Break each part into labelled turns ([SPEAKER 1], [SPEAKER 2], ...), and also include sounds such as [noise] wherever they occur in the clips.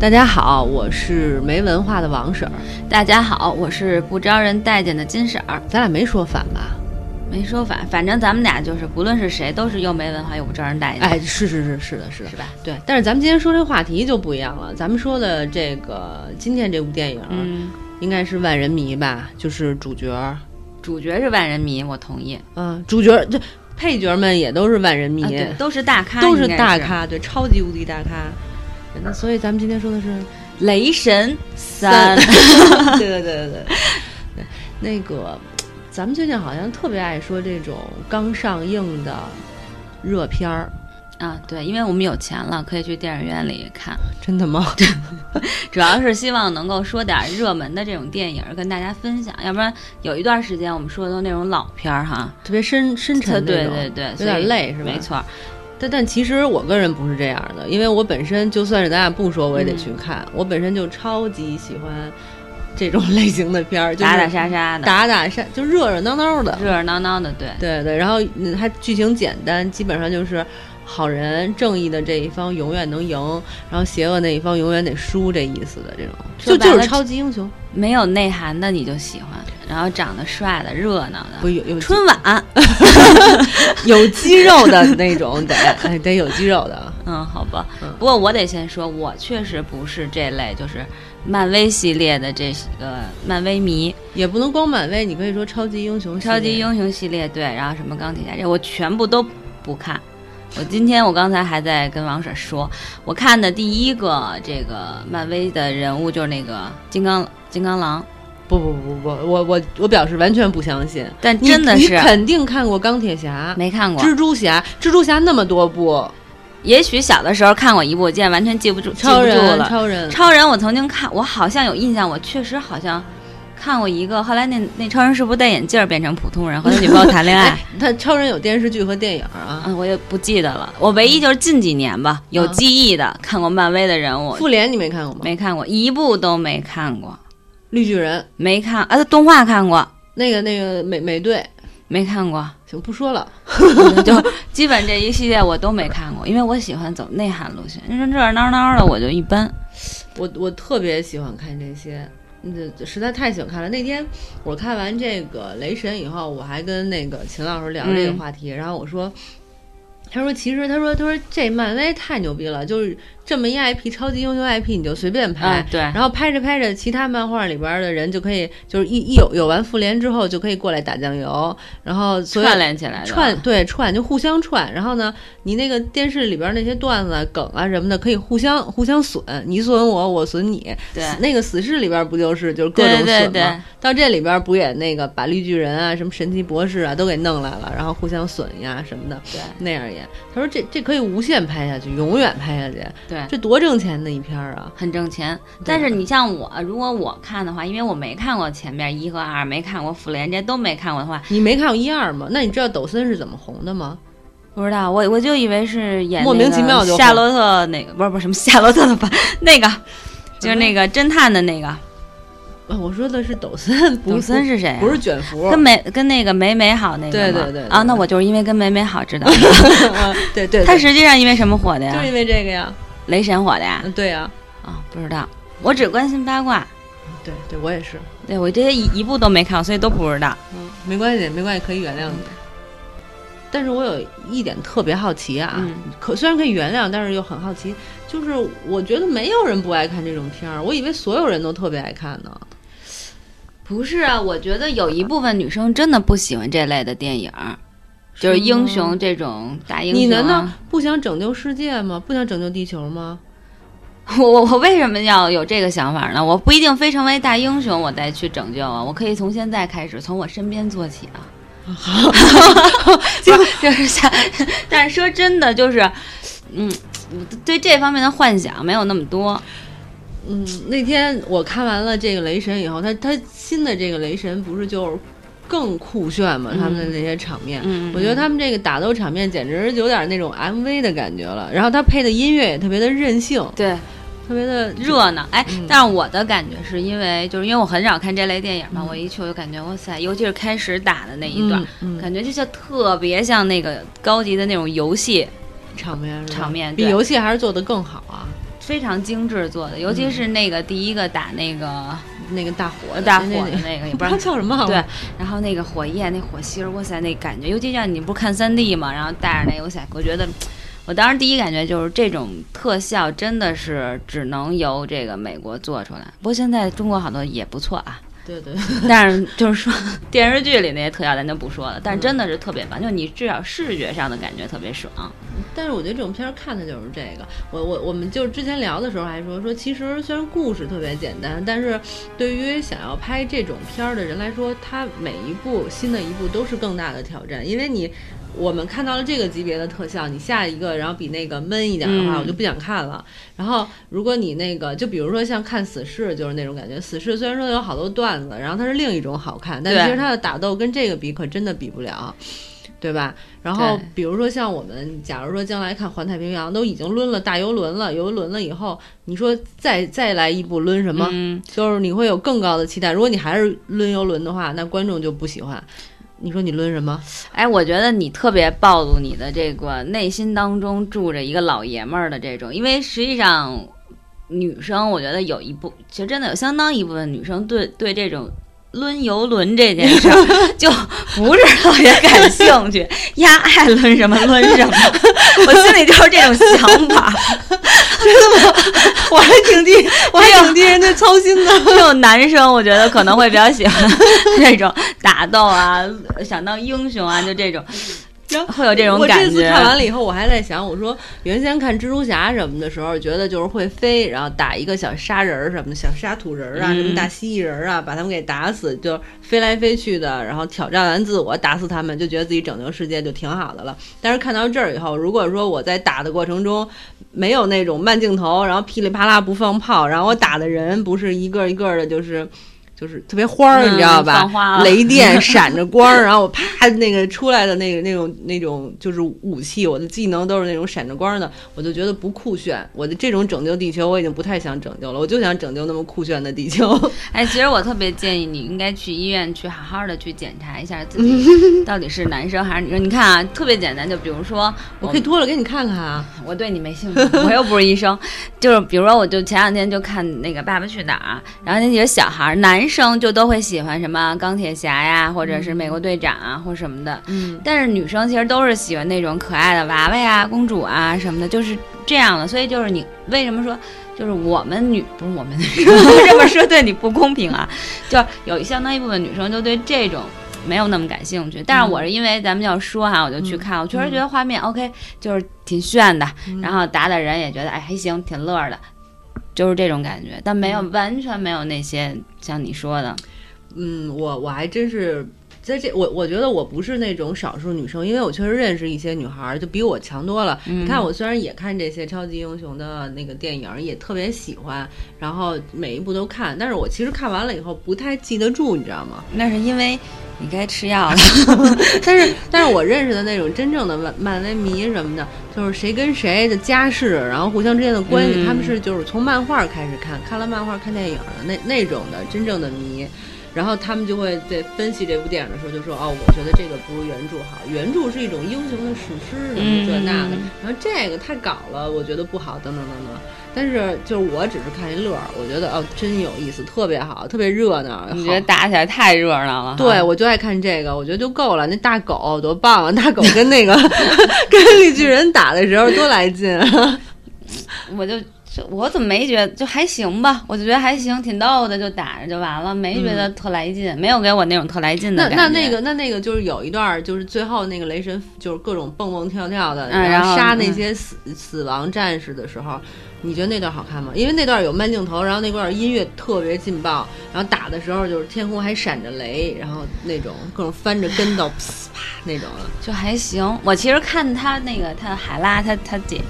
[SPEAKER 1] 大家好，我是没文化的王婶儿。
[SPEAKER 2] 大家好，我是不招人待见的金婶儿。
[SPEAKER 1] 咱俩没说反吧？
[SPEAKER 2] 没说反，反正咱们俩就是，不论是谁，都是又没文化又不招人待见，
[SPEAKER 1] 哎，是是是是的，是的，
[SPEAKER 2] 是吧？
[SPEAKER 1] 对。但是咱们今天说这话题就不一样了，咱们说的这个今天这部电影、
[SPEAKER 2] 嗯，
[SPEAKER 1] 应该是万人迷吧？就是主角儿，
[SPEAKER 2] 主角是万人迷，我同意。
[SPEAKER 1] 啊，主角儿这配角们也都是万人迷，
[SPEAKER 2] 啊对，都是大咖，
[SPEAKER 1] 嗯都是
[SPEAKER 2] 应该是
[SPEAKER 1] 大。咖，对，超级无敌大咖。那所以咱们今天说
[SPEAKER 2] [laughs]
[SPEAKER 1] 的是
[SPEAKER 2] 雷神三，
[SPEAKER 1] 对对对对对，那个，咱们最近好像特别爱说这种刚上映的热片儿，
[SPEAKER 2] [laughs] 啊，对，因为我们有钱了，可以去电影院里看。
[SPEAKER 1] 真的吗？
[SPEAKER 2] 主要是希望能够说点热门的这种电影跟大家分享，要不然有一段时间我们说的都是那种老片儿哈，
[SPEAKER 1] 特别深深沉那
[SPEAKER 2] 对
[SPEAKER 1] 种，
[SPEAKER 2] 对对，
[SPEAKER 1] 有点
[SPEAKER 2] 所以
[SPEAKER 1] 累是吧？
[SPEAKER 2] 没。错儿，
[SPEAKER 1] 但但其实我个人不是这样的，因为我本身就算是咱俩不说，我也得去看。我本身就超级喜欢这种 [laughs] 类型的片儿，就是
[SPEAKER 2] 打打杀杀的，
[SPEAKER 1] 打打杀，就热热闹闹的。
[SPEAKER 2] 热热闹闹的，对，
[SPEAKER 1] 对对，然后嗯它剧情简单，基本上就是好人正义的这一方永远能赢，然后邪恶那一方永远得输这意思的这种，就
[SPEAKER 2] 说白了
[SPEAKER 1] 就是超级英雄。
[SPEAKER 2] 没有内涵的你就喜欢，然后长得帅的、热闹
[SPEAKER 1] 不嗯
[SPEAKER 2] 的，
[SPEAKER 1] 有有肌
[SPEAKER 2] 春晚，
[SPEAKER 1] 有肌肉的那种得哎得有肌肉的，
[SPEAKER 2] 嗯，好吧
[SPEAKER 1] 嗯。
[SPEAKER 2] 不过我得先说，我确实不是这类，就是漫威系列的这个漫威迷，
[SPEAKER 1] 也不能光漫威，你可以说超级英雄系列。
[SPEAKER 2] 超级英雄系列，对，然后什么钢铁侠这我全部都不看。我今天我刚才还在跟王婶说，我看的第一个这个漫威的人物就是那个金刚金刚狼，
[SPEAKER 1] 不不不不，我我我表示完全不相信，
[SPEAKER 2] 但
[SPEAKER 1] 你
[SPEAKER 2] 真的
[SPEAKER 1] 你
[SPEAKER 2] 是
[SPEAKER 1] 肯定看过钢铁侠、
[SPEAKER 2] 没看过。
[SPEAKER 1] 蜘蛛侠、蜘蛛侠那么多部，
[SPEAKER 2] 也许小的时候看过一部，我现在完全记不住，记不
[SPEAKER 1] 超
[SPEAKER 2] 住
[SPEAKER 1] 人、
[SPEAKER 2] 了。
[SPEAKER 1] 超人、
[SPEAKER 2] 超人我曾经看，我好像有印象，我确实好像看过一个。后来那那超人是不是戴眼镜儿变成普通人和 [laughs] 他女朋友谈恋爱？
[SPEAKER 1] 哎，他超人有电视剧和电影啊。
[SPEAKER 2] 嗯，我也不记得了。我唯一就是近几年吧，有
[SPEAKER 1] 啊
[SPEAKER 2] 记忆的看过漫威的人物，
[SPEAKER 1] 复联你没看过吗？
[SPEAKER 2] 没看过，一部都没看过，
[SPEAKER 1] 绿巨人
[SPEAKER 2] 没看啊，动画看过，
[SPEAKER 1] 那个那个美美队，
[SPEAKER 2] 没看过， [laughs]
[SPEAKER 1] 行不说了。
[SPEAKER 2] 就基本这一系列我都没看过，因为我喜欢走内涵路线，你说热热闹闹的我就一般。
[SPEAKER 1] 我我特别喜欢看这些，嗯，这实在太喜欢看了。那天我看完这个雷神以后，我还跟那个秦老师聊这个话题，然后我说。他说：“其实，他说，他说这漫威太牛逼了，就是这么一 IP 超级英雄 IP，你就随便拍，
[SPEAKER 2] 嗯，对，
[SPEAKER 1] 然后拍着拍着，其他漫画里边的人就可以，就是一一有有完复联之后，就可以过来打酱油，然后所有
[SPEAKER 2] 串啊联起来的
[SPEAKER 1] 串对串就互相串，然后呢，你那个电视里边那些段子啊、梗啊什么的，可以互相互相损，你损我，我损你。
[SPEAKER 2] 对
[SPEAKER 1] 死那个死侍里边不就是就是各种
[SPEAKER 2] 对
[SPEAKER 1] 损吗？
[SPEAKER 2] 对对，
[SPEAKER 1] 到这里边不也那个把绿巨人啊、什么神奇博士啊都给弄来了，然后互相损呀什么的，
[SPEAKER 2] 对
[SPEAKER 1] 那样演。他说这这可以无限拍下去，永远拍下去，
[SPEAKER 2] 对。
[SPEAKER 1] 这多挣钱的一片儿啊！
[SPEAKER 2] 很挣钱，但是你像我，如果我看的话，因为我没看过前面一和二，没看过复联，这都没看过的话，
[SPEAKER 1] 你没看过一二吗？那你知道抖森是怎么红的吗？
[SPEAKER 2] 不知道，我我就以为是演
[SPEAKER 1] 莫
[SPEAKER 2] 那
[SPEAKER 1] 名
[SPEAKER 2] 个
[SPEAKER 1] 其妙就
[SPEAKER 2] 夏
[SPEAKER 1] 红
[SPEAKER 2] 洛特那个，不是不是什么夏洛特的吧，那个就是那个侦探的那个，
[SPEAKER 1] 啊我说的是抖森，不
[SPEAKER 2] 董
[SPEAKER 1] 是
[SPEAKER 2] 森是谁、啊？
[SPEAKER 1] 不是卷福，
[SPEAKER 2] 跟美跟那个美美好那个
[SPEAKER 1] 对
[SPEAKER 2] 吗
[SPEAKER 1] 对对对
[SPEAKER 2] 啊，那我就是因为跟美美
[SPEAKER 1] [laughs]
[SPEAKER 2] 好知道，
[SPEAKER 1] 啊对对，对
[SPEAKER 2] 他实际上因为什么火的呀
[SPEAKER 1] 就？因为这个呀，
[SPEAKER 2] 雷神火的呀？
[SPEAKER 1] 嗯，对呀，
[SPEAKER 2] 啊，不知道，我只关心八卦，
[SPEAKER 1] 对对，我也是。
[SPEAKER 2] 对我这些一一部都没看过，所以都不知道。
[SPEAKER 1] 嗯，没关系，没关系，可以原谅你。但是我有一点特别好奇啊，
[SPEAKER 2] 嗯
[SPEAKER 1] 可虽然可以原谅，但是又很好奇，就是我觉得没有人不爱看这种片儿，我以为所有人都特别爱看呢。
[SPEAKER 2] 不是啊，我觉得有一部分女生真的不喜欢这类的电影儿，就是英雄这种大英雄啊。
[SPEAKER 1] 你难道不想拯救世界吗？不想拯救地球吗？
[SPEAKER 2] [laughs] 我我我为什么要有这个想法呢？我不一定非成为大英雄，我再去拯救啊！我可以从现在开始，从我身边做起啊！
[SPEAKER 1] [laughs]
[SPEAKER 2] 好， [laughs] 就是想， [laughs] 但是说真的，就是，嗯，对这方面的幻想没有那么多。
[SPEAKER 1] 嗯，那天我看完了这个雷神以后，他他新的这个雷神不是就更酷炫嘛？他们的那些场面，
[SPEAKER 2] 嗯，
[SPEAKER 1] 我觉得他们这个打斗场面简直有点那种 MV 的感觉了，然后他配的音乐也特别的任性，
[SPEAKER 2] 对
[SPEAKER 1] 特别的
[SPEAKER 2] 热闹。哎
[SPEAKER 1] 嗯，
[SPEAKER 2] 但是我的感觉是因为，就是因为我很少看这类电影嘛，
[SPEAKER 1] 嗯
[SPEAKER 2] 我一去我就感觉哇塞，尤其是开始打的那一
[SPEAKER 1] 一
[SPEAKER 2] 段
[SPEAKER 1] 段，，嗯
[SPEAKER 2] 感觉就像特别像那个高级的那种游戏。
[SPEAKER 1] 场面是吧
[SPEAKER 2] 场面
[SPEAKER 1] 比
[SPEAKER 2] 对
[SPEAKER 1] 游戏还是做得更好啊。
[SPEAKER 2] 非常精致做
[SPEAKER 1] 嗯
[SPEAKER 2] 的，尤其是那个第一个打那个、呃
[SPEAKER 1] 那个大火的
[SPEAKER 2] 大火
[SPEAKER 1] 那
[SPEAKER 2] 的那个，也
[SPEAKER 1] [laughs]
[SPEAKER 2] 不知
[SPEAKER 1] 他
[SPEAKER 2] 道
[SPEAKER 1] 叫什么好
[SPEAKER 2] 对，然后那个火焰、那火星儿，哇塞，那感觉，尤其像你不是看三 D 嘛，然后带着那个，哇塞，我觉得，嗯我当时第一感觉就是这种特效真的是只能由这个美国做出来。不过现在中国好多也不错啊，
[SPEAKER 1] 对对，
[SPEAKER 2] 但是就是说电视剧里那些特效咱就不说了，但是真的是特别棒，就是你至少视觉上的感觉特别爽。
[SPEAKER 1] 但是我觉得这种片儿看的就是这个。我我我们就是之前聊的时候还说说，其实虽然故事特别简单，但是对于想要拍这种片儿的人来说，它每一步新的一步都是更大的挑战，因为你。我们看到了这个级别的特效，你下一个，然后比那个闷一点的话，
[SPEAKER 2] 嗯
[SPEAKER 1] 我就不想看了。然后，如果你那个，就比如说像看《死侍》，就是那种感觉。《死侍》虽然说有好多段子，然后它是另一种好看，但
[SPEAKER 2] 对
[SPEAKER 1] 其实它的打斗跟这个比，可真的比不了，对吧？然后
[SPEAKER 2] 对，
[SPEAKER 1] 比如说像我们，假如说将来看《环太平洋》，都已经抡了大游轮了，游轮了以后，你说再再来一部抡什么？
[SPEAKER 2] 嗯，
[SPEAKER 1] 就是你会有更高的期待。如果你还是抡游轮的话，那观众就不喜欢。你说你抡什么？
[SPEAKER 2] 哎，我觉得你特别暴露你的这个内心当中住着一个老爷们儿的这种，因为实际上女生，我觉得有一部，其实真的有相当一部分女生对对这种。抡游轮这件事儿
[SPEAKER 1] [laughs]
[SPEAKER 2] 就不是特别感兴趣，呀，爱抡什么抡什么， [laughs] 我心里就是这种想法。
[SPEAKER 1] [laughs] 我还挺替，我还挺替人家操心
[SPEAKER 2] [laughs]
[SPEAKER 1] 的。
[SPEAKER 2] 这种男生，我觉得可能会比较喜欢这种打斗啊，想当英雄啊，就这种
[SPEAKER 1] 然，后
[SPEAKER 2] 会有这种
[SPEAKER 1] 我
[SPEAKER 2] 感
[SPEAKER 1] 这次
[SPEAKER 2] 觉。
[SPEAKER 1] 看完了以后，我还在想，我说原先看蜘蛛侠什么的时候，觉得就是会飞，然后打一个小沙人儿什么的，小沙土人儿啊，
[SPEAKER 2] 嗯
[SPEAKER 1] 什么大蜥蜴人儿啊，把他们给打死，就飞来飞去的，然后挑战完自我，打死他们，就觉得自己拯救世界就挺好的了。但是看到这儿以后，如果说我在打的过程中没有那种慢镜头，然后噼里啪啦不放炮，然后我打的人不是一个一个的，就是。就是特别花儿，
[SPEAKER 2] 嗯
[SPEAKER 1] 你知道吧？
[SPEAKER 2] 放花
[SPEAKER 1] [laughs]
[SPEAKER 2] 了
[SPEAKER 1] 雷电闪着光儿，然后我啪那个出来的那个那种那种就是武器，我的技能都是那种闪着光儿的，我就觉得不酷炫。我的这种拯救地球，我已经不太想拯救了，我就想拯救那么酷炫的地球。
[SPEAKER 2] 哎，其实我特别建议你应该去医院去好好的去检查一下自己到底是男生还是女生。你看啊，特别简单，就比如说
[SPEAKER 1] 我
[SPEAKER 2] 我
[SPEAKER 1] 可以脱了给你看看啊！
[SPEAKER 2] 我对你没兴趣，我又不是医生。就是比如说，我就前两天就看那个《爸爸去哪儿》，然后那些小孩儿，男生就都会喜欢什么钢铁侠呀，或者是美国队长啊，或什么的。
[SPEAKER 1] 嗯，
[SPEAKER 2] 但是女生其实都是喜欢那种可爱的娃娃呀、公主啊什么的，就是这样的。所以就是你为什么说，就是我们女不是我们女生这么说对你不公平啊？就是有相当一部分女生就对这种。没有那么感兴趣，但是我是因为咱们要说哈，我就去看，我确实觉得画面 OK，就是挺炫的，然后打打人也觉得哎还行，挺乐儿的，就是这种感觉，但没有、完全没有那些像你说的，
[SPEAKER 1] 嗯，我我还真是在这，我我觉得我不是那种少数女生，因为我确实认识一些女孩儿，就比我强多了。
[SPEAKER 2] 嗯
[SPEAKER 1] 你看，我虽然也看这些超级英雄的那个电影儿，也特别喜欢，然后每一部都看，但是我其实看完了以后不太记得住，你知道吗？
[SPEAKER 2] 那是因为你该吃药了。
[SPEAKER 1] 但是但是我认识的那种真正的漫漫威迷什么的，就是谁跟谁的家世，然后互相之间的关系，
[SPEAKER 2] 嗯
[SPEAKER 1] 他们是就是从漫画开始看，看了漫画看电影的那那种的真正的迷。然后他们就会在分析这部电影的时候就说：“哦，我觉得这个不如原著好，原著是一种英雄的史诗什么这那的，
[SPEAKER 2] 嗯
[SPEAKER 1] 然后这个太搞了，我觉得不好，等等等等。”但是就是我只是看一乐儿，我觉得哦真有意思，特别好，特别热闹。
[SPEAKER 2] 你
[SPEAKER 1] 好
[SPEAKER 2] 觉得打起来太热闹了哈？
[SPEAKER 1] 对，我就爱看这个，我觉得就够了。那大狗多棒啊！大狗跟那个 [laughs] 跟绿巨人打的时候多来劲
[SPEAKER 2] 嗯
[SPEAKER 1] 啊！
[SPEAKER 2] 我就就我怎么没觉得就还行吧？我就觉得还行，挺逗的，就打着就完了，没觉得特来劲，没有给我嗯那种特来劲的
[SPEAKER 1] 那
[SPEAKER 2] 感觉。
[SPEAKER 1] 那那个那那个就是有一段儿，就是最后那个雷神就是各种蹦蹦跳跳的，
[SPEAKER 2] 嗯然
[SPEAKER 1] 后
[SPEAKER 2] 后
[SPEAKER 1] 杀那
[SPEAKER 2] 嗯
[SPEAKER 1] 些死、死亡战士的时候，你觉得那段好看吗？因为那段有慢镜头，然后那段音乐特别劲爆，然后打的时候就是天空还闪着雷，然后那种各种翻着跟头呲啪那种的。
[SPEAKER 2] 就还行。我其实看他那个他海拉他他姐，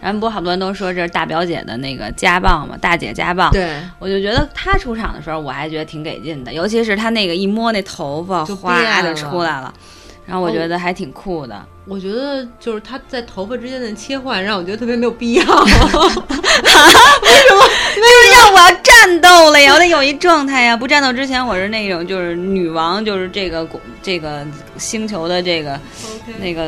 [SPEAKER 2] 然后不是好多人都说这是大表姐的那个家暴嘛，大姐家暴。
[SPEAKER 1] 对，
[SPEAKER 2] 我就觉得他出场的时候，我还觉得挺给劲的，尤其是他那个一摸那头发，
[SPEAKER 1] 就
[SPEAKER 2] 哗
[SPEAKER 1] 变
[SPEAKER 2] 就
[SPEAKER 1] 了
[SPEAKER 2] 出来了，哦然后我觉得还挺酷的。
[SPEAKER 1] 我觉得就是他在头发之间的切换，让我觉得特别没有必要。
[SPEAKER 2] 就是要我要战斗了呀，我得有一状态呀。不战斗之前，我是那种就是女王，就是这个国这个星球的这个
[SPEAKER 1] OK，
[SPEAKER 2] 那个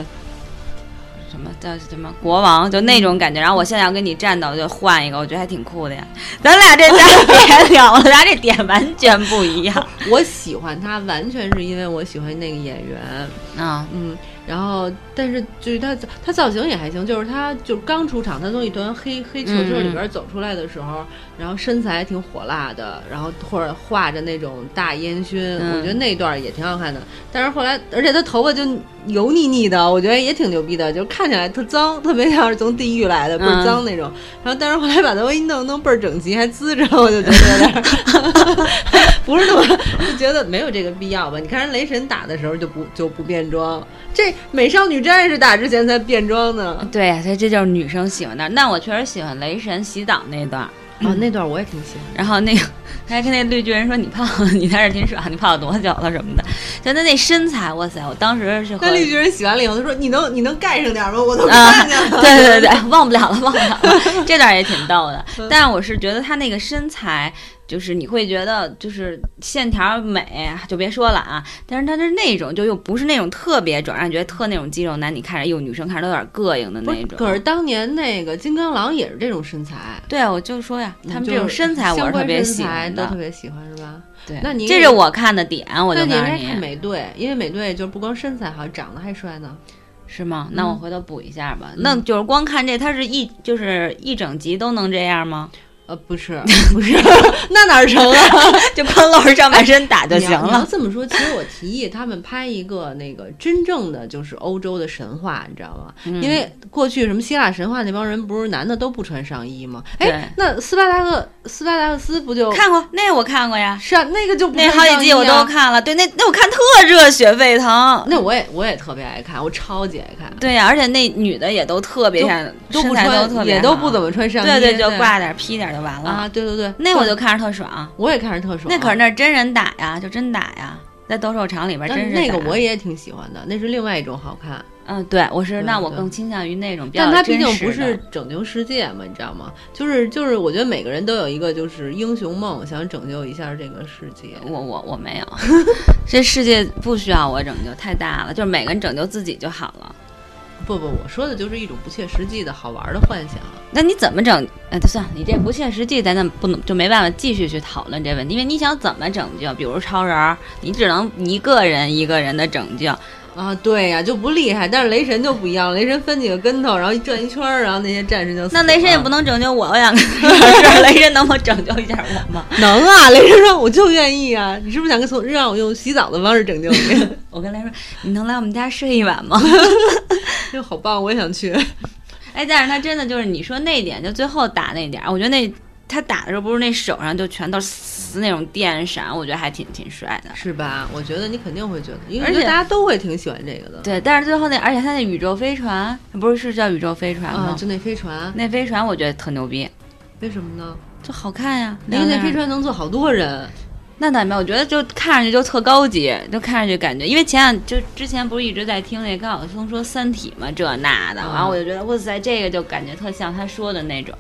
[SPEAKER 2] 什什么叫什么国王，就那种感觉。然后我现在要跟你战斗，就换一个，我觉得还挺酷的呀。 [laughs] 咱俩这咱别聊了，咱俩这点完全不一样。
[SPEAKER 1] 我喜欢他完全是因为我喜欢那个演员，
[SPEAKER 2] 嗯
[SPEAKER 1] [laughs] 嗯，然后但是就是他他造型也还行，就是他就是刚出场，他从一团黑黑球球里边走出来的时候，然后身材挺火辣的，然后或者画着那种大烟熏，
[SPEAKER 2] 嗯
[SPEAKER 1] 我觉得那段也挺好看的。但是后来，而且他头发就油腻腻的，我觉得也挺牛逼的，就看起来特脏，特别像是从地狱来的，倍
[SPEAKER 2] 嗯
[SPEAKER 1] 儿脏那种。然后但是后来把头发一弄弄倍儿整齐，还滋着，我就觉得 [laughs] 有点儿不是那么就觉得没有这个必要吧？你看人雷神打的时候就不就不变装，这美少女战士打之前才变装呢。
[SPEAKER 2] 对呀，所以这就是女生喜欢的。那我确实喜欢雷神洗澡那段儿。
[SPEAKER 1] 啊，那段我也挺喜欢。
[SPEAKER 2] 然后那个 [laughs] 他还跟那绿巨人说：“你泡， [laughs] 你在这儿挺爽，你泡了多久了什么的。”就他那身材，哇塞！我当时是和
[SPEAKER 1] 那绿巨人洗完了以后，他说：“你能你能盖上点儿吗？我都
[SPEAKER 2] 啊
[SPEAKER 1] 看见了。，
[SPEAKER 2] [laughs] 对对对，忘不了 [laughs] 了，忘不了了，这段儿也挺
[SPEAKER 1] [laughs]
[SPEAKER 2] 逗的。
[SPEAKER 1] 嗯
[SPEAKER 2] 但是我是觉得他那个身材，就是你会觉得就是线条美，就别说了啊。但是他是那种就又不是那种特别壮，让你觉得特那种肌肉男，你看着哟，女生看着都有点膈应的
[SPEAKER 1] 不
[SPEAKER 2] 那
[SPEAKER 1] 是，
[SPEAKER 2] 种。
[SPEAKER 1] 可是当年那个金刚狼也是这种身材，
[SPEAKER 2] 对啊，我就说呀，他们
[SPEAKER 1] 嗯就
[SPEAKER 2] 这种身材我
[SPEAKER 1] 相
[SPEAKER 2] 是特
[SPEAKER 1] 关
[SPEAKER 2] 别
[SPEAKER 1] 身
[SPEAKER 2] 喜
[SPEAKER 1] 材
[SPEAKER 2] 欢
[SPEAKER 1] 都特
[SPEAKER 2] 的。
[SPEAKER 1] 别喜欢是吧？
[SPEAKER 2] 对，
[SPEAKER 1] 那你
[SPEAKER 2] 这是我看的点，我就
[SPEAKER 1] 那你
[SPEAKER 2] 告诉
[SPEAKER 1] 应该看
[SPEAKER 2] 你，
[SPEAKER 1] 美队，因为美队就不光身材好，长得还帅呢。
[SPEAKER 2] 是吗？那
[SPEAKER 1] 嗯
[SPEAKER 2] 我回头补一下吧。那就是光看这，他是一就是一整集都能这样 [laughs] 吗？
[SPEAKER 1] 呃，不是不是，那哪儿成啊？
[SPEAKER 2] 就光露着上半身打就
[SPEAKER 1] 你
[SPEAKER 2] 行
[SPEAKER 1] 要你
[SPEAKER 2] 了
[SPEAKER 1] 要。这么说，其实我提议他们拍一个那个真正的就是欧洲的神话，你知道吗？
[SPEAKER 2] 嗯
[SPEAKER 1] 因为过去什么希腊神话那帮人不是男的都不穿上衣吗？
[SPEAKER 2] 对
[SPEAKER 1] 哎，那斯巴达克斯巴达克斯不就
[SPEAKER 2] 看过那我看过呀，
[SPEAKER 1] 上那个就不
[SPEAKER 2] 那
[SPEAKER 1] 穿
[SPEAKER 2] 好
[SPEAKER 1] 上
[SPEAKER 2] 几集
[SPEAKER 1] 衣
[SPEAKER 2] 我
[SPEAKER 1] 啊
[SPEAKER 2] 都看了。对，那那我看特热血沸腾。
[SPEAKER 1] 那我也我也特别爱看，我超级爱看，
[SPEAKER 2] 对呀、而且那女的也都特别
[SPEAKER 1] 都
[SPEAKER 2] 像，
[SPEAKER 1] 都
[SPEAKER 2] 身
[SPEAKER 1] 不
[SPEAKER 2] 材
[SPEAKER 1] 穿
[SPEAKER 2] 特别
[SPEAKER 1] 也
[SPEAKER 2] 好
[SPEAKER 1] 都不怎么穿上衣，
[SPEAKER 2] 对对，就
[SPEAKER 1] 吧
[SPEAKER 2] 挂点儿披点儿就完了。
[SPEAKER 1] 啊，对对对，
[SPEAKER 2] 那我就看着特爽。
[SPEAKER 1] 我也看着特爽，
[SPEAKER 2] 那可是那是真人打呀，就真打呀，在斗兽场里边
[SPEAKER 1] 但是
[SPEAKER 2] 真是
[SPEAKER 1] 那
[SPEAKER 2] 打
[SPEAKER 1] 个我也挺喜欢的，那是另外一种好看，
[SPEAKER 2] 嗯，对我是
[SPEAKER 1] 对
[SPEAKER 2] 那我
[SPEAKER 1] 对
[SPEAKER 2] 更倾向于那种比较
[SPEAKER 1] 但它毕竟
[SPEAKER 2] 真实
[SPEAKER 1] 不
[SPEAKER 2] 的
[SPEAKER 1] 是拯救世界嘛，你知道吗？就是就是，我觉得每个人都有一个就是英雄梦，想拯救一下这个世界。
[SPEAKER 2] 我我我没有， [laughs] 这世界不需要我拯救，太大了，就是每个人拯救自己就好了。
[SPEAKER 1] 不不，我说的就是一种不切实际的好玩的幻想。
[SPEAKER 2] 那你怎么整？哎，算了，你这不切实际，咱咱不能就没办法继续去讨论这问题，因为你想怎么拯救，比如超人儿，你只能一个人一个人的拯救。
[SPEAKER 1] 啊，对呀、就不厉害，但是雷神就不一样，雷神翻几个跟头，然后一转一圈儿，然后那些战士就死
[SPEAKER 2] 那雷神也
[SPEAKER 1] 了
[SPEAKER 2] 不能拯救我，我想跟你说， [laughs] 是雷神能否拯救一下我吗？
[SPEAKER 1] 能啊！雷神说：“我就愿意啊！你是不是想跟从让我用洗澡的方式拯救你？ [laughs]
[SPEAKER 2] 我跟雷神说，你能来我们家睡一晚吗？ [laughs]
[SPEAKER 1] 就好棒，我也想去。
[SPEAKER 2] 哎，但是他真的就是你说那点，就最后打那点儿，我觉得那他打的时候不是那手上就全都撕那种电闪，我觉得还挺挺帅的”。
[SPEAKER 1] 是吧？我觉得你肯定会觉得，因为
[SPEAKER 2] 而
[SPEAKER 1] 我觉得
[SPEAKER 2] 且
[SPEAKER 1] 大家都会挺喜欢这个的。
[SPEAKER 2] 对，但是最后那，而且他那宇宙飞船不是是叫宇宙飞船
[SPEAKER 1] 啊
[SPEAKER 2] 吗，？
[SPEAKER 1] 就那飞船，
[SPEAKER 2] 那飞船我觉得特牛逼，
[SPEAKER 1] 为什么呢？
[SPEAKER 2] 就好看呀、
[SPEAKER 1] 因为
[SPEAKER 2] 亮
[SPEAKER 1] 那
[SPEAKER 2] 亮
[SPEAKER 1] 飞船能坐好多人。
[SPEAKER 2] 那倒没有，我觉得就看上去就特高级，就看上去感觉，因为前两就之前不是一直在听那高晓松说《三体》嘛，这那的，
[SPEAKER 1] 嗯
[SPEAKER 2] 然后我就觉得哇塞，这个就感觉特像他说的那种，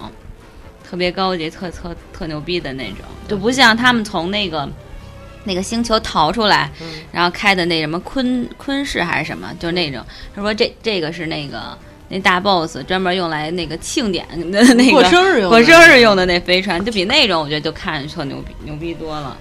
[SPEAKER 2] 特别高级、特特特牛逼的那种，就不像他们从那个那个星球逃出来，
[SPEAKER 1] 嗯
[SPEAKER 2] 然后开的那什么昆昆士还是什么，就是那种他说这这个是那个那大 boss 专门用来那个庆典的 [laughs] 那个
[SPEAKER 1] 过生日用的
[SPEAKER 2] 过生日用的那飞船，就比那种我觉得就看着特牛逼牛逼多了。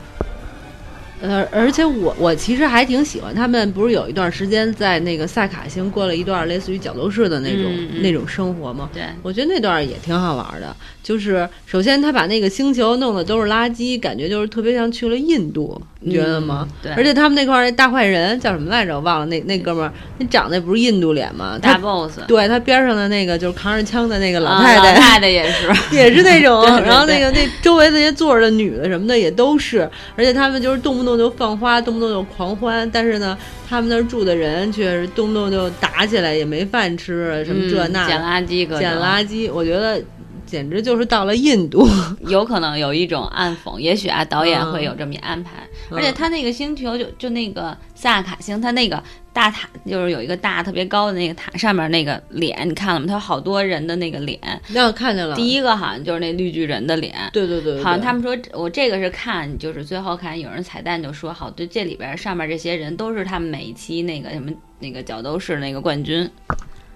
[SPEAKER 1] 呃，而且我我其实还挺喜欢他们，不是有一段时间在那个萨卡星过了一段类似于角斗士的那种、
[SPEAKER 2] 嗯嗯
[SPEAKER 1] 那种生活吗？
[SPEAKER 2] 对，
[SPEAKER 1] 我觉得那段儿也挺好玩儿的，就是首先他把那个星球弄的都是垃圾，感觉就是特别像去了印度，你觉得吗？
[SPEAKER 2] 嗯对
[SPEAKER 1] 而且他们那块儿那大坏人叫什么来着？我忘了，那那哥们儿那长得不是印度脸吗？
[SPEAKER 2] 大
[SPEAKER 1] 他
[SPEAKER 2] boss
[SPEAKER 1] 对他边上的那个就是扛着枪的那个老
[SPEAKER 2] 啊
[SPEAKER 1] 太太，
[SPEAKER 2] 老太太也是，
[SPEAKER 1] [laughs] 也是那种
[SPEAKER 2] 对对，对
[SPEAKER 1] 然后那个那周围那些坐着的女的什么的也都是，而且他们就是动不动就放花，动不动就狂欢，但是呢，他们那儿住的人却是动不动就打起来，也没饭吃，什么这那
[SPEAKER 2] 嗯捡
[SPEAKER 1] 的、
[SPEAKER 2] 垃圾各种，
[SPEAKER 1] 捡垃圾，我觉得简直就是到了印度， [laughs]
[SPEAKER 2] 有可能有一种暗讽，也许啊，导演
[SPEAKER 1] 嗯
[SPEAKER 2] 会有这么一安排。
[SPEAKER 1] 嗯
[SPEAKER 2] 而且他那个星球就就那个萨卡星，他那个大塔就是有一个大特别高的那个塔，上面那个脸你看了吗？他有好多人的那个脸，
[SPEAKER 1] 那我看见了，
[SPEAKER 2] 第一个好像就是那绿巨人的脸。
[SPEAKER 1] 对嗯对对对，
[SPEAKER 2] 好像
[SPEAKER 1] 对
[SPEAKER 2] 他们说，我这个是看，就是最后看有人彩蛋就说，好，对，这里边上面这些人都是他们每一期那个什么那个角斗士那个冠军，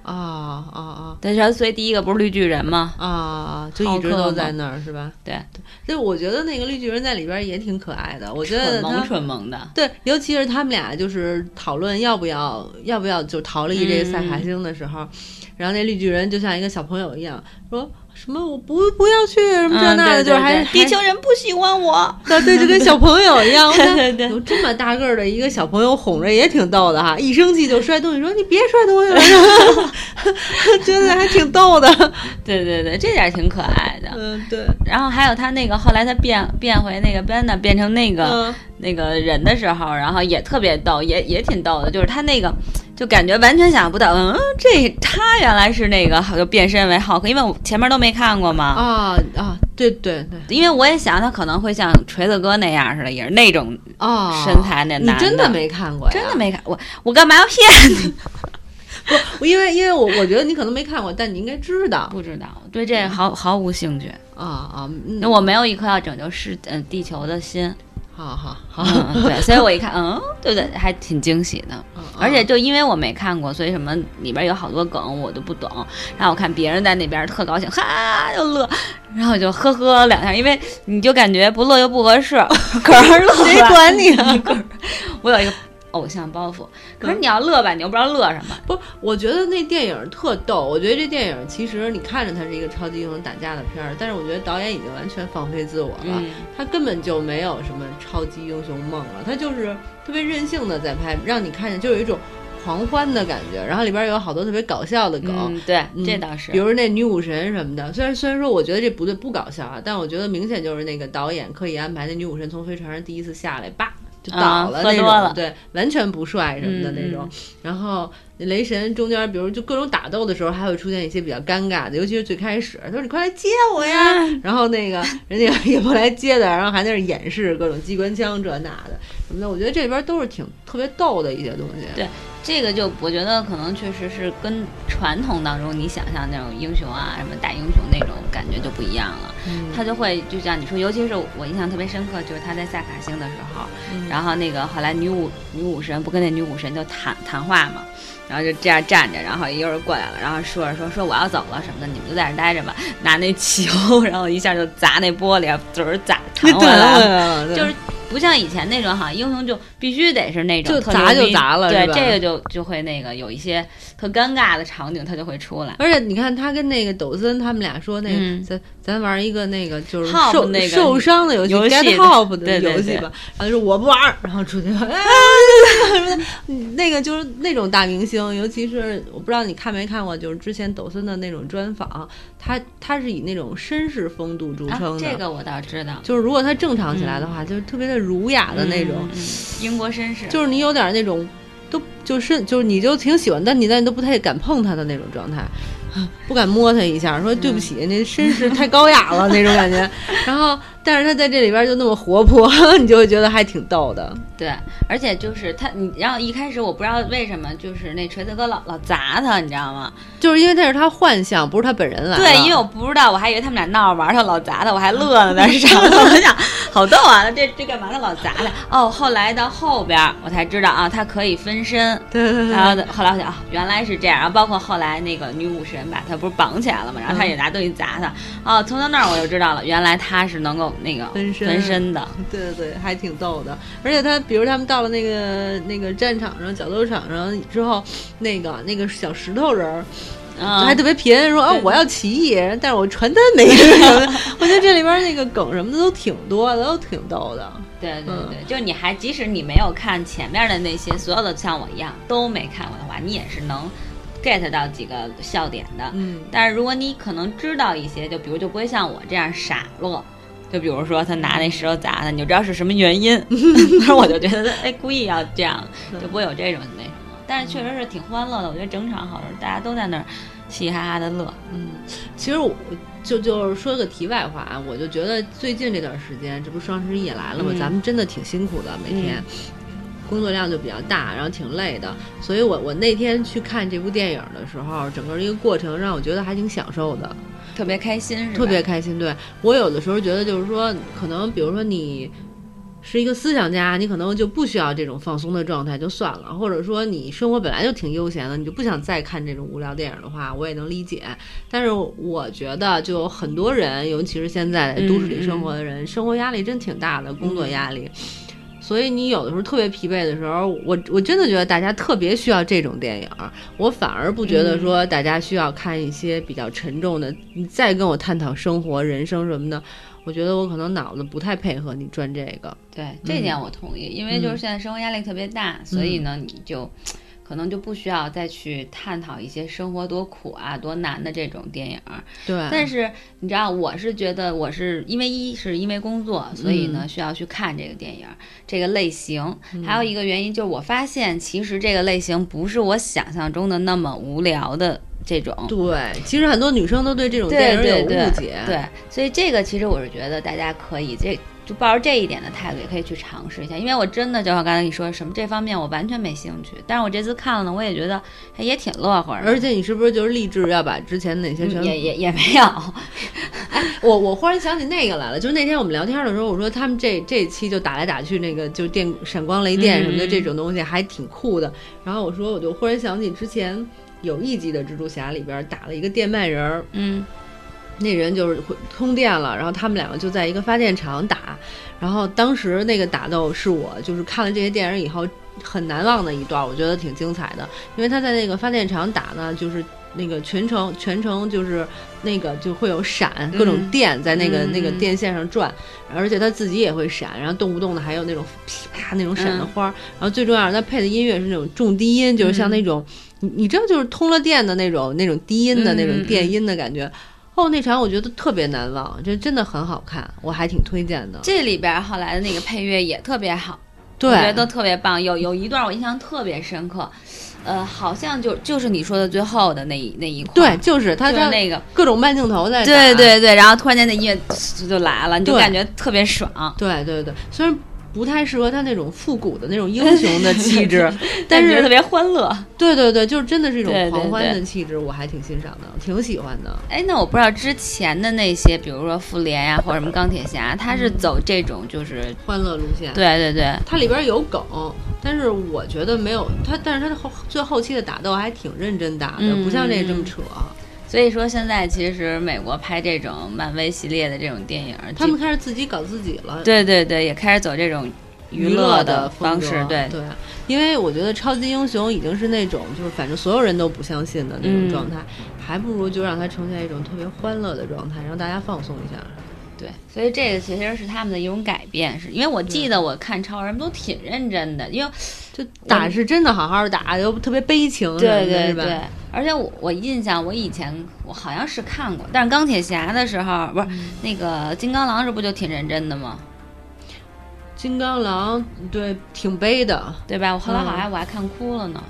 [SPEAKER 1] 啊啊
[SPEAKER 2] 但是所以第一个不是绿巨人吗？
[SPEAKER 1] 啊啊！就一直都在那儿是吧？
[SPEAKER 2] 对，
[SPEAKER 1] 对，我觉得那个绿巨人在里边也挺可爱的，我觉
[SPEAKER 2] 蠢
[SPEAKER 1] 得
[SPEAKER 2] 萌
[SPEAKER 1] 他
[SPEAKER 2] 蠢萌的，
[SPEAKER 1] 对，尤其是他们俩就是讨论要不要要不要就逃离这个赛
[SPEAKER 2] 嗯
[SPEAKER 1] 卡星的时候，然后那绿巨人就像一个小朋友一样说。什么？我不不要去什么这
[SPEAKER 2] 嗯
[SPEAKER 1] 那的，
[SPEAKER 2] 对
[SPEAKER 1] 就是
[SPEAKER 2] 对
[SPEAKER 1] 还
[SPEAKER 2] 对
[SPEAKER 1] 还
[SPEAKER 2] 地球人不喜欢我，
[SPEAKER 1] 那对，就跟小朋友一样。我看
[SPEAKER 2] 对对对
[SPEAKER 1] 有这么大个儿的一个小朋友哄着也挺逗的哈，一生气就摔东西，说你别摔东西了， [laughs] 觉得还挺逗的。
[SPEAKER 2] [laughs] 对对对，这点儿挺可爱 [laughs] 的。
[SPEAKER 1] 嗯，对，
[SPEAKER 2] 然后还有他那个后来他变变回那个 b e n a 变成那个、
[SPEAKER 1] 嗯
[SPEAKER 2] 那个人的时候，然后也特别逗，也也挺逗的，就是他那个。就感觉完全想不到，嗯，这他原来是那个就变身为浩克，因为我前面都没看过嘛，
[SPEAKER 1] 啊啊，对对对，
[SPEAKER 2] 因为我也想他可能会像锤子哥那样似的，也是那种
[SPEAKER 1] 啊，
[SPEAKER 2] 身材那
[SPEAKER 1] 你
[SPEAKER 2] 男
[SPEAKER 1] 真
[SPEAKER 2] 的
[SPEAKER 1] 没看过呀？
[SPEAKER 2] 真的没看我，我干嘛要骗你？
[SPEAKER 1] 我因为因为我我觉得你可能没看过，但你应该知道
[SPEAKER 2] 不知道，对这个毫毫无兴趣。
[SPEAKER 1] 啊啊，嗯
[SPEAKER 2] 那，我没有一颗要拯救世呃地球的心，
[SPEAKER 1] 好好好，
[SPEAKER 2] [laughs] 嗯，对，所以我一看，嗯，对对，还挺惊喜的。
[SPEAKER 1] 嗯
[SPEAKER 2] 而且就因为我没看过，所以什么里边有好多梗我都不懂。然后我看别人在那边特高兴，哈就乐，然后我就呵呵两下，因为你就感觉不乐又不合适，可是乐吧
[SPEAKER 1] 谁管你啊？
[SPEAKER 2] [laughs] 我有一个偶像包袱，可是你要乐吧，你又不知道乐什么。
[SPEAKER 1] 不，我觉得那电影儿特逗。我觉得这电影儿其实你看着它是一个超级英雄打架的片儿，但是我觉得导演已经完全放飞自我了，
[SPEAKER 2] 嗯
[SPEAKER 1] 他根本就没有什么超级英雄梦了，他就是特别任性的在拍，让你看见就有一种狂欢的感觉。然后里边儿有好多特别搞笑的梗。
[SPEAKER 2] 嗯，对，
[SPEAKER 1] 嗯
[SPEAKER 2] 这倒是
[SPEAKER 1] 比。如那女武神什么的，虽然虽然说我觉得这不对不搞笑啊，但我觉得明显就是那个导演刻意安排那女武神从飞船上第一次下来，叭就倒了
[SPEAKER 2] 啊喝
[SPEAKER 1] 那种，
[SPEAKER 2] 多了
[SPEAKER 1] 对，完全不帅什么的那种。
[SPEAKER 2] 嗯
[SPEAKER 1] 然后雷神中间，比如就各种打斗的时候，还会出现一些比较尴尬的，尤其是最开始，他说你快来接我呀，
[SPEAKER 2] [laughs]
[SPEAKER 1] 然后那个人家也不来接的，然后还在那儿演示各种机关枪这那的什么的，我觉得这里边都是挺特别逗的一些东西。
[SPEAKER 2] 对这个就我觉得可能确实是跟传统当中你想象那种英雄啊，什么大英雄那种感觉就不一样了。
[SPEAKER 1] 嗯
[SPEAKER 2] 他就会就像你说，尤其是我印象特别深刻，就是他在萨卡星的时候，
[SPEAKER 1] 嗯
[SPEAKER 2] 然后那个后来女武女武神不跟那女武神就谈谈话嘛，然后就这样站着，然后一个人过来了，然后说着说说我要走了什么的，你们就在这儿待着吧，拿那球， [laughs] 然后一下就砸那玻璃，嘴儿砸弹回来啊了。
[SPEAKER 1] 了， [laughs] 对
[SPEAKER 2] 就是不像以前那种哈，英雄就必须得是那种
[SPEAKER 1] 就
[SPEAKER 2] 特
[SPEAKER 1] 砸
[SPEAKER 2] 牛
[SPEAKER 1] 就
[SPEAKER 2] 逼
[SPEAKER 1] 砸了
[SPEAKER 2] 对
[SPEAKER 1] 是吧
[SPEAKER 2] 这个就就会那个有一些特尴尬的场景，它就会出来。
[SPEAKER 1] 而且你看，他跟那个抖森他们俩说那个，
[SPEAKER 2] 嗯
[SPEAKER 1] 咱咱玩一个那个就是受
[SPEAKER 2] Hop 那个
[SPEAKER 1] 受伤的游戏
[SPEAKER 2] 游戏
[SPEAKER 1] Get Hop 的
[SPEAKER 2] 对对
[SPEAKER 1] 游戏
[SPEAKER 2] 对
[SPEAKER 1] 吧，然后就说我不玩儿，然后出
[SPEAKER 2] [laughs]
[SPEAKER 1] 去， [laughs] 哎，那个就是那种大明星，尤其是我不知道你看没看过，就是之前抖森的那种专访，他他是以那种绅士风度著
[SPEAKER 2] 啊
[SPEAKER 1] 称，的，
[SPEAKER 2] 这个我倒知道
[SPEAKER 1] 就是如果他正常起来的话，就是特别的儒雅的那种，
[SPEAKER 2] 嗯嗯英国绅士，
[SPEAKER 1] 就是你有点那种，都就是就是你就挺喜欢，但你但你都不太敢碰他的那种状态，啊不敢摸他一下，说对不起，
[SPEAKER 2] 嗯
[SPEAKER 1] 那绅士太高雅了那种感
[SPEAKER 2] [laughs]
[SPEAKER 1] 觉。然后，但是他在这里边就那么活泼， [laughs] 你就会觉得还挺逗的。
[SPEAKER 2] 对，而且就是他，你然后一开始我不知道为什么，就是那锤子哥老老砸他，你知道吗？
[SPEAKER 1] 就是因为那是他幻想，不是他本人来的。
[SPEAKER 2] 对，因为我不知道，我还以为他们俩闹着玩儿，他老砸他，我还乐
[SPEAKER 1] [laughs]
[SPEAKER 2] 呢，在上头，我想好逗啊，这这干嘛？他老砸他。哦，后来到后边儿我才知道啊，他可以分身。
[SPEAKER 1] 对对对
[SPEAKER 2] 然后呢后来我想啊，原来是这样。然后包括后来那个女武神把他不是绑起来了嘛，然后他
[SPEAKER 1] 嗯
[SPEAKER 2] 也拿东西砸他。哦，从他那儿我就知道了，原来他是能够那个
[SPEAKER 1] 分身
[SPEAKER 2] 分身的。
[SPEAKER 1] 对对对，还挺逗的。而且他，比如他们到了那个那个战场上、角斗场上之后，那个那个小石头人儿，
[SPEAKER 2] 嗯，
[SPEAKER 1] 还特别贫，说啊
[SPEAKER 2] 对
[SPEAKER 1] 我要起义，但是我传单没什么。 [laughs] 我觉得这里边那个梗什么的都挺多的，都挺逗的。
[SPEAKER 2] 对对
[SPEAKER 1] 嗯
[SPEAKER 2] 对，就你还即使你没有看前面的那些，所有的像我一样都没看过的话，你也是能 get 到几个笑点的。
[SPEAKER 1] 嗯，
[SPEAKER 2] 但是如果你可能知道一些，就比如就不会像我这样傻乐。就比如说他拿那石头砸他，你就知道是什么原因。 [laughs] 但是我就觉得，哎，故意要这样，就不会有这种那什么。但是确实是挺欢乐的，我觉得整场好像大家都在那儿嘻嘻哈哈的乐。
[SPEAKER 1] 嗯其实我就就是说个题外话啊，我就觉得最近这段时间，这不双十一也来了嘛，
[SPEAKER 2] 嗯
[SPEAKER 1] 咱们真的挺辛苦的，每天。工作量就比较大，然后挺累的，所以我我那天去看这部电影的时候，整个一个过程让我觉得还挺享受的。
[SPEAKER 2] 特嗯别开心，是吧？
[SPEAKER 1] 特别开心。对我有的时候觉得就是说，可能比如说你是一个思想家，你可能就不需要这种放松的状态，就算了。或者说你生活本来就挺悠闲的，你就不想再看这种无聊电影的话，我也能理解。但是我觉得，就很多人，尤其是现在在都市里生活的人，生活压力真挺大的，工作压力。所以你有的时候特别疲惫的时候，我我真的觉得大家特别需要这种电影儿，我反而不觉
[SPEAKER 2] 嗯
[SPEAKER 1] 得说大家需要看一些比较沉重的。你再跟我探讨生活、人生什么的，我觉得我可能脑子不太配合你转这个。
[SPEAKER 2] 对，这点我同意，因为就是现在生活压力特别大，所以呢，你就可能就不需要再去探讨一些生活多苦啊、多难的这种电影儿。
[SPEAKER 1] 对，
[SPEAKER 2] 但是你知道，我是觉得我是因为一是因为工作，所以呢需要去看这个电影儿这个类型，还有一个原因就是我发现其实这个类型不是我想象中的那么无聊的这种。
[SPEAKER 1] 对，其实很多女生都对这种电
[SPEAKER 2] 对
[SPEAKER 1] 影
[SPEAKER 2] 对
[SPEAKER 1] 有
[SPEAKER 2] 对
[SPEAKER 1] 误解。
[SPEAKER 2] 对，所以这个其实我是觉得大家可以这就抱着这一点的态度，也可以去尝试一下。因为我真的就像刚才你说什么这方面我完全没兴趣，但是我这次看了呢，我也觉得哎也挺乐呵的，
[SPEAKER 1] 而且你是不是就是立志要把之前那些全
[SPEAKER 2] 嗯也也也没有， [laughs]
[SPEAKER 1] 我我忽然想起那个来了，就是那天我们聊天的时候，我说他们这这期就打来打去，那个就电闪光雷电什么的
[SPEAKER 2] 嗯
[SPEAKER 1] 这种东西还挺酷的。然后我说，我就忽然想起之前有一集的蜘蛛侠里边打了一个电鳗人儿，
[SPEAKER 2] 嗯
[SPEAKER 1] 那人就是会通电了，然后他们两个就在一个发电厂打，然后当时那个打斗是我就是看了这些电影以后很难忘的一段，我觉得挺精彩的，因为他在那个发电厂打呢，就是那个全程全程就是那个就会有闪各种电在那个、
[SPEAKER 2] 嗯
[SPEAKER 1] 那个电线上转，而且他自己也会闪，然后动不动的还有那种噼啪那种闪
[SPEAKER 2] 嗯
[SPEAKER 1] 的花，儿，然后最重要是他配的音乐是那种重低音，就是
[SPEAKER 2] 嗯
[SPEAKER 1] 像那种。你你知道，就是通了电的那种、那种低音的那
[SPEAKER 2] 嗯
[SPEAKER 1] 种
[SPEAKER 2] 嗯
[SPEAKER 1] 电音的感觉，哦，那场我觉得特别难忘，这真的很好看，我还挺推荐的。
[SPEAKER 2] 这里边儿后来的那个配乐也特别好。
[SPEAKER 1] 对，
[SPEAKER 2] 我觉得都特别棒。有有一段我印象特别深刻，呃，好像就就是你说的最后的那一那一块，
[SPEAKER 1] 对，，就是他
[SPEAKER 2] 就是
[SPEAKER 1] 他
[SPEAKER 2] 那个，
[SPEAKER 1] 各种慢镜头在打
[SPEAKER 2] 对对对，然后突然间那音乐呲就来了，你就
[SPEAKER 1] 对
[SPEAKER 2] 感觉特别爽。，
[SPEAKER 1] 对对对，虽然不太适合他那种复古的那种英雄的气质
[SPEAKER 2] [laughs]
[SPEAKER 1] 但
[SPEAKER 2] 觉得特
[SPEAKER 1] 是
[SPEAKER 2] 别欢乐。
[SPEAKER 1] 对对对，就是真的是一
[SPEAKER 2] 对对
[SPEAKER 1] 种狂欢
[SPEAKER 2] 对
[SPEAKER 1] 的气质，我还挺欣赏的，挺喜欢的。
[SPEAKER 2] 哎，那我不知道之前的那些，比如说复联呀、或者什么钢铁侠，他是走这种就是，
[SPEAKER 1] 欢乐路线，
[SPEAKER 2] 对对对，
[SPEAKER 1] 它里边有梗，但是我觉得没有它，但是它的后最后期的打斗还挺认真打的，
[SPEAKER 2] 嗯
[SPEAKER 1] 不像这这么扯。
[SPEAKER 2] 所以说现在其实美国拍这种漫威系列的这种电影，
[SPEAKER 1] 他们开始自己搞自己了，
[SPEAKER 2] 对对对也开始走这种娱乐
[SPEAKER 1] 的
[SPEAKER 2] 方式，
[SPEAKER 1] 对
[SPEAKER 2] 对
[SPEAKER 1] 对，因为我觉得超级英雄已经是那种就是反正所有人都不相信的那种状态，还不如就让它呈现一种特别欢乐的状态，让大家放松一下。
[SPEAKER 2] 对，所以这个其实是他们的一种改变，是因为我记得我看超人都挺认真的，因为
[SPEAKER 1] 就打是真的好好打，又特别悲情什么的，是吧？，
[SPEAKER 2] 而且我我印象我以前我好像是看过，但是钢铁侠的时候不是、那个金刚狼是不就挺认真的吗？
[SPEAKER 1] 金刚狼对挺悲的，
[SPEAKER 2] 对吧？我后来
[SPEAKER 1] 嗯
[SPEAKER 2] 好像我还看哭了呢。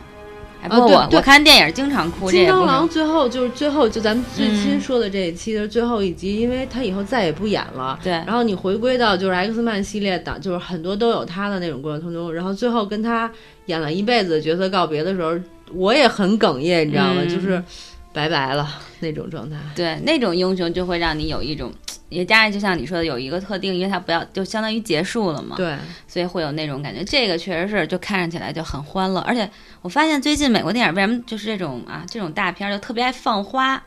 [SPEAKER 2] 哎，
[SPEAKER 1] 啊
[SPEAKER 2] 不过
[SPEAKER 1] 对
[SPEAKER 2] 我、
[SPEAKER 1] 对
[SPEAKER 2] 我看电影经常哭，这
[SPEAKER 1] 金
[SPEAKER 2] 也不
[SPEAKER 1] 刚
[SPEAKER 2] 是
[SPEAKER 1] 狼最后就是最后就咱们最新说的这一期就是最后一集，因为他以后再也不演了。
[SPEAKER 2] 对
[SPEAKER 1] 然后你回归到就是 X 曼系列的，就是很多都有他的那种过程中，然后最后跟他演了一辈子的角色告别的时候，我也很哽咽，你知道吗？
[SPEAKER 2] 嗯
[SPEAKER 1] 就是拜拜了那种状态。
[SPEAKER 2] 对那种英雄就会让你有一种，也加上就像你说的有一个特定，因为它不要就相当于结束了嘛。
[SPEAKER 1] 对，
[SPEAKER 2] 所以会有那种感觉。这个确实是，就看起来就很欢乐。而且我发现最近美国电影为什么就是这种啊，这种大片儿就特别爱放花。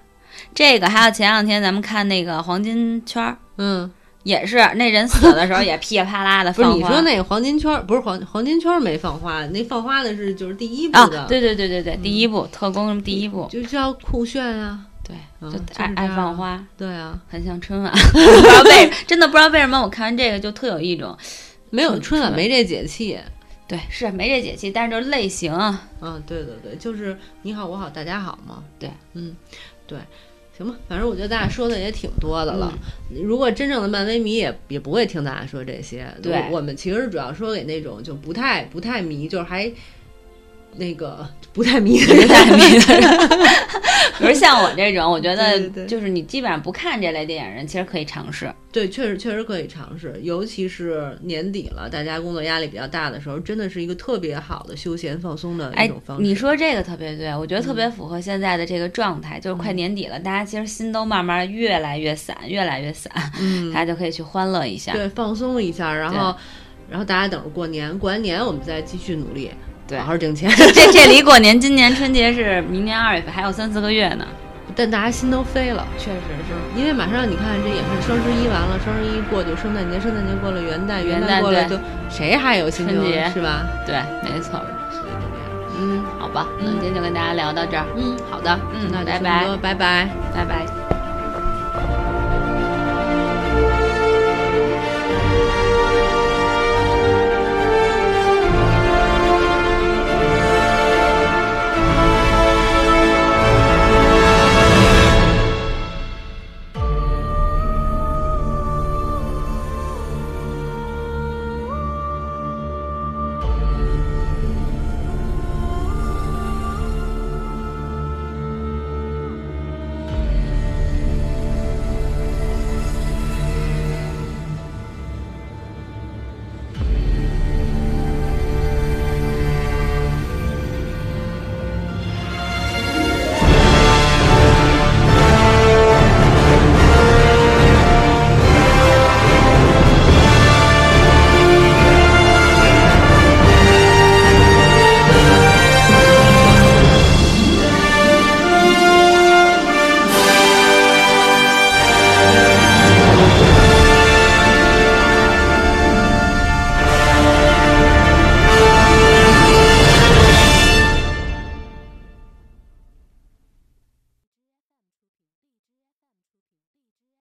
[SPEAKER 2] 这个还有前两天咱们看那个《黄金圈》，儿
[SPEAKER 1] 嗯，》，
[SPEAKER 2] 也是那人死了的时候也噼里啪啦的
[SPEAKER 1] [laughs] 不
[SPEAKER 2] 放
[SPEAKER 1] 是
[SPEAKER 2] 花。
[SPEAKER 1] 你说那个黄金圈儿不是黄黄金圈儿没放花，那放花的是就是第一部的，嗯
[SPEAKER 2] 啊，对对对对对，第一部《特工》什么第一部，
[SPEAKER 1] 就叫酷炫啊，
[SPEAKER 2] 对，
[SPEAKER 1] 嗯
[SPEAKER 2] 就
[SPEAKER 1] 就是
[SPEAKER 2] 爱、
[SPEAKER 1] 这
[SPEAKER 2] 爱
[SPEAKER 1] 样
[SPEAKER 2] 放花，
[SPEAKER 1] 对啊，
[SPEAKER 2] 很像
[SPEAKER 1] [laughs]
[SPEAKER 2] 春晚。不知道为真的不知道为什么，我看完这个就特有一种
[SPEAKER 1] 没有
[SPEAKER 2] 嗯
[SPEAKER 1] 春晚
[SPEAKER 2] 春晚
[SPEAKER 1] 没这解气。
[SPEAKER 2] 对是没这解气，但是就是类型啊，
[SPEAKER 1] 嗯，对对对，就是你好我好大家好嘛。
[SPEAKER 2] 对，
[SPEAKER 1] 嗯，对，行吧，反正我觉得大家说的也挺多的了。
[SPEAKER 2] 嗯
[SPEAKER 1] 如果真正的漫威迷也也不会听大家说这些。
[SPEAKER 2] 对
[SPEAKER 1] 我我们其实主要说给那种就不太不太迷，就是还那个不太迷的人。
[SPEAKER 2] [laughs] 代迷的人。 [laughs] 比如像我这种，我觉
[SPEAKER 1] 对对
[SPEAKER 2] 得
[SPEAKER 1] 对
[SPEAKER 2] 就是你基本上不看这类电影人，其实可以尝试。
[SPEAKER 1] 对，确实确实可以尝试，尤其是年底了，大家工作压力比较大的时候，真的是一个特别好的休闲放松的一
[SPEAKER 2] 哎
[SPEAKER 1] 种方，式。嗯
[SPEAKER 2] 你说这个特别对，我觉得特别符合现在的这个状态，就是快年底了，大家其实心都慢慢越来越散，越来越散，
[SPEAKER 1] 嗯
[SPEAKER 2] 大家就可以去欢乐一下。
[SPEAKER 1] 对，放松一下，然后。然后大家等着过年，过完年我们再继续努力，
[SPEAKER 2] 对
[SPEAKER 1] 好好挣
[SPEAKER 2] [laughs]
[SPEAKER 1] 钱。
[SPEAKER 2] 这这离过年，今年春节是明年二月份，还有三四个月呢。
[SPEAKER 1] 但大家心都飞了，
[SPEAKER 2] 确实是，
[SPEAKER 1] 因为马上你看这也是双十一完了，双十一过就圣诞节，圣诞节过了元旦，
[SPEAKER 2] 元
[SPEAKER 1] 元
[SPEAKER 2] 旦
[SPEAKER 1] 旦过了
[SPEAKER 2] 对
[SPEAKER 1] 就谁还有心情
[SPEAKER 2] 春节
[SPEAKER 1] 是吧？
[SPEAKER 2] 对，没错。
[SPEAKER 1] 所以就这样
[SPEAKER 2] 嗯，好吧，那
[SPEAKER 1] 嗯
[SPEAKER 2] 今天就跟大家聊到这儿。
[SPEAKER 1] 嗯，
[SPEAKER 2] 好的，嗯，
[SPEAKER 1] 那就
[SPEAKER 2] 拜
[SPEAKER 1] 这么
[SPEAKER 2] 拜
[SPEAKER 1] 多，，拜拜。
[SPEAKER 2] 拜拜。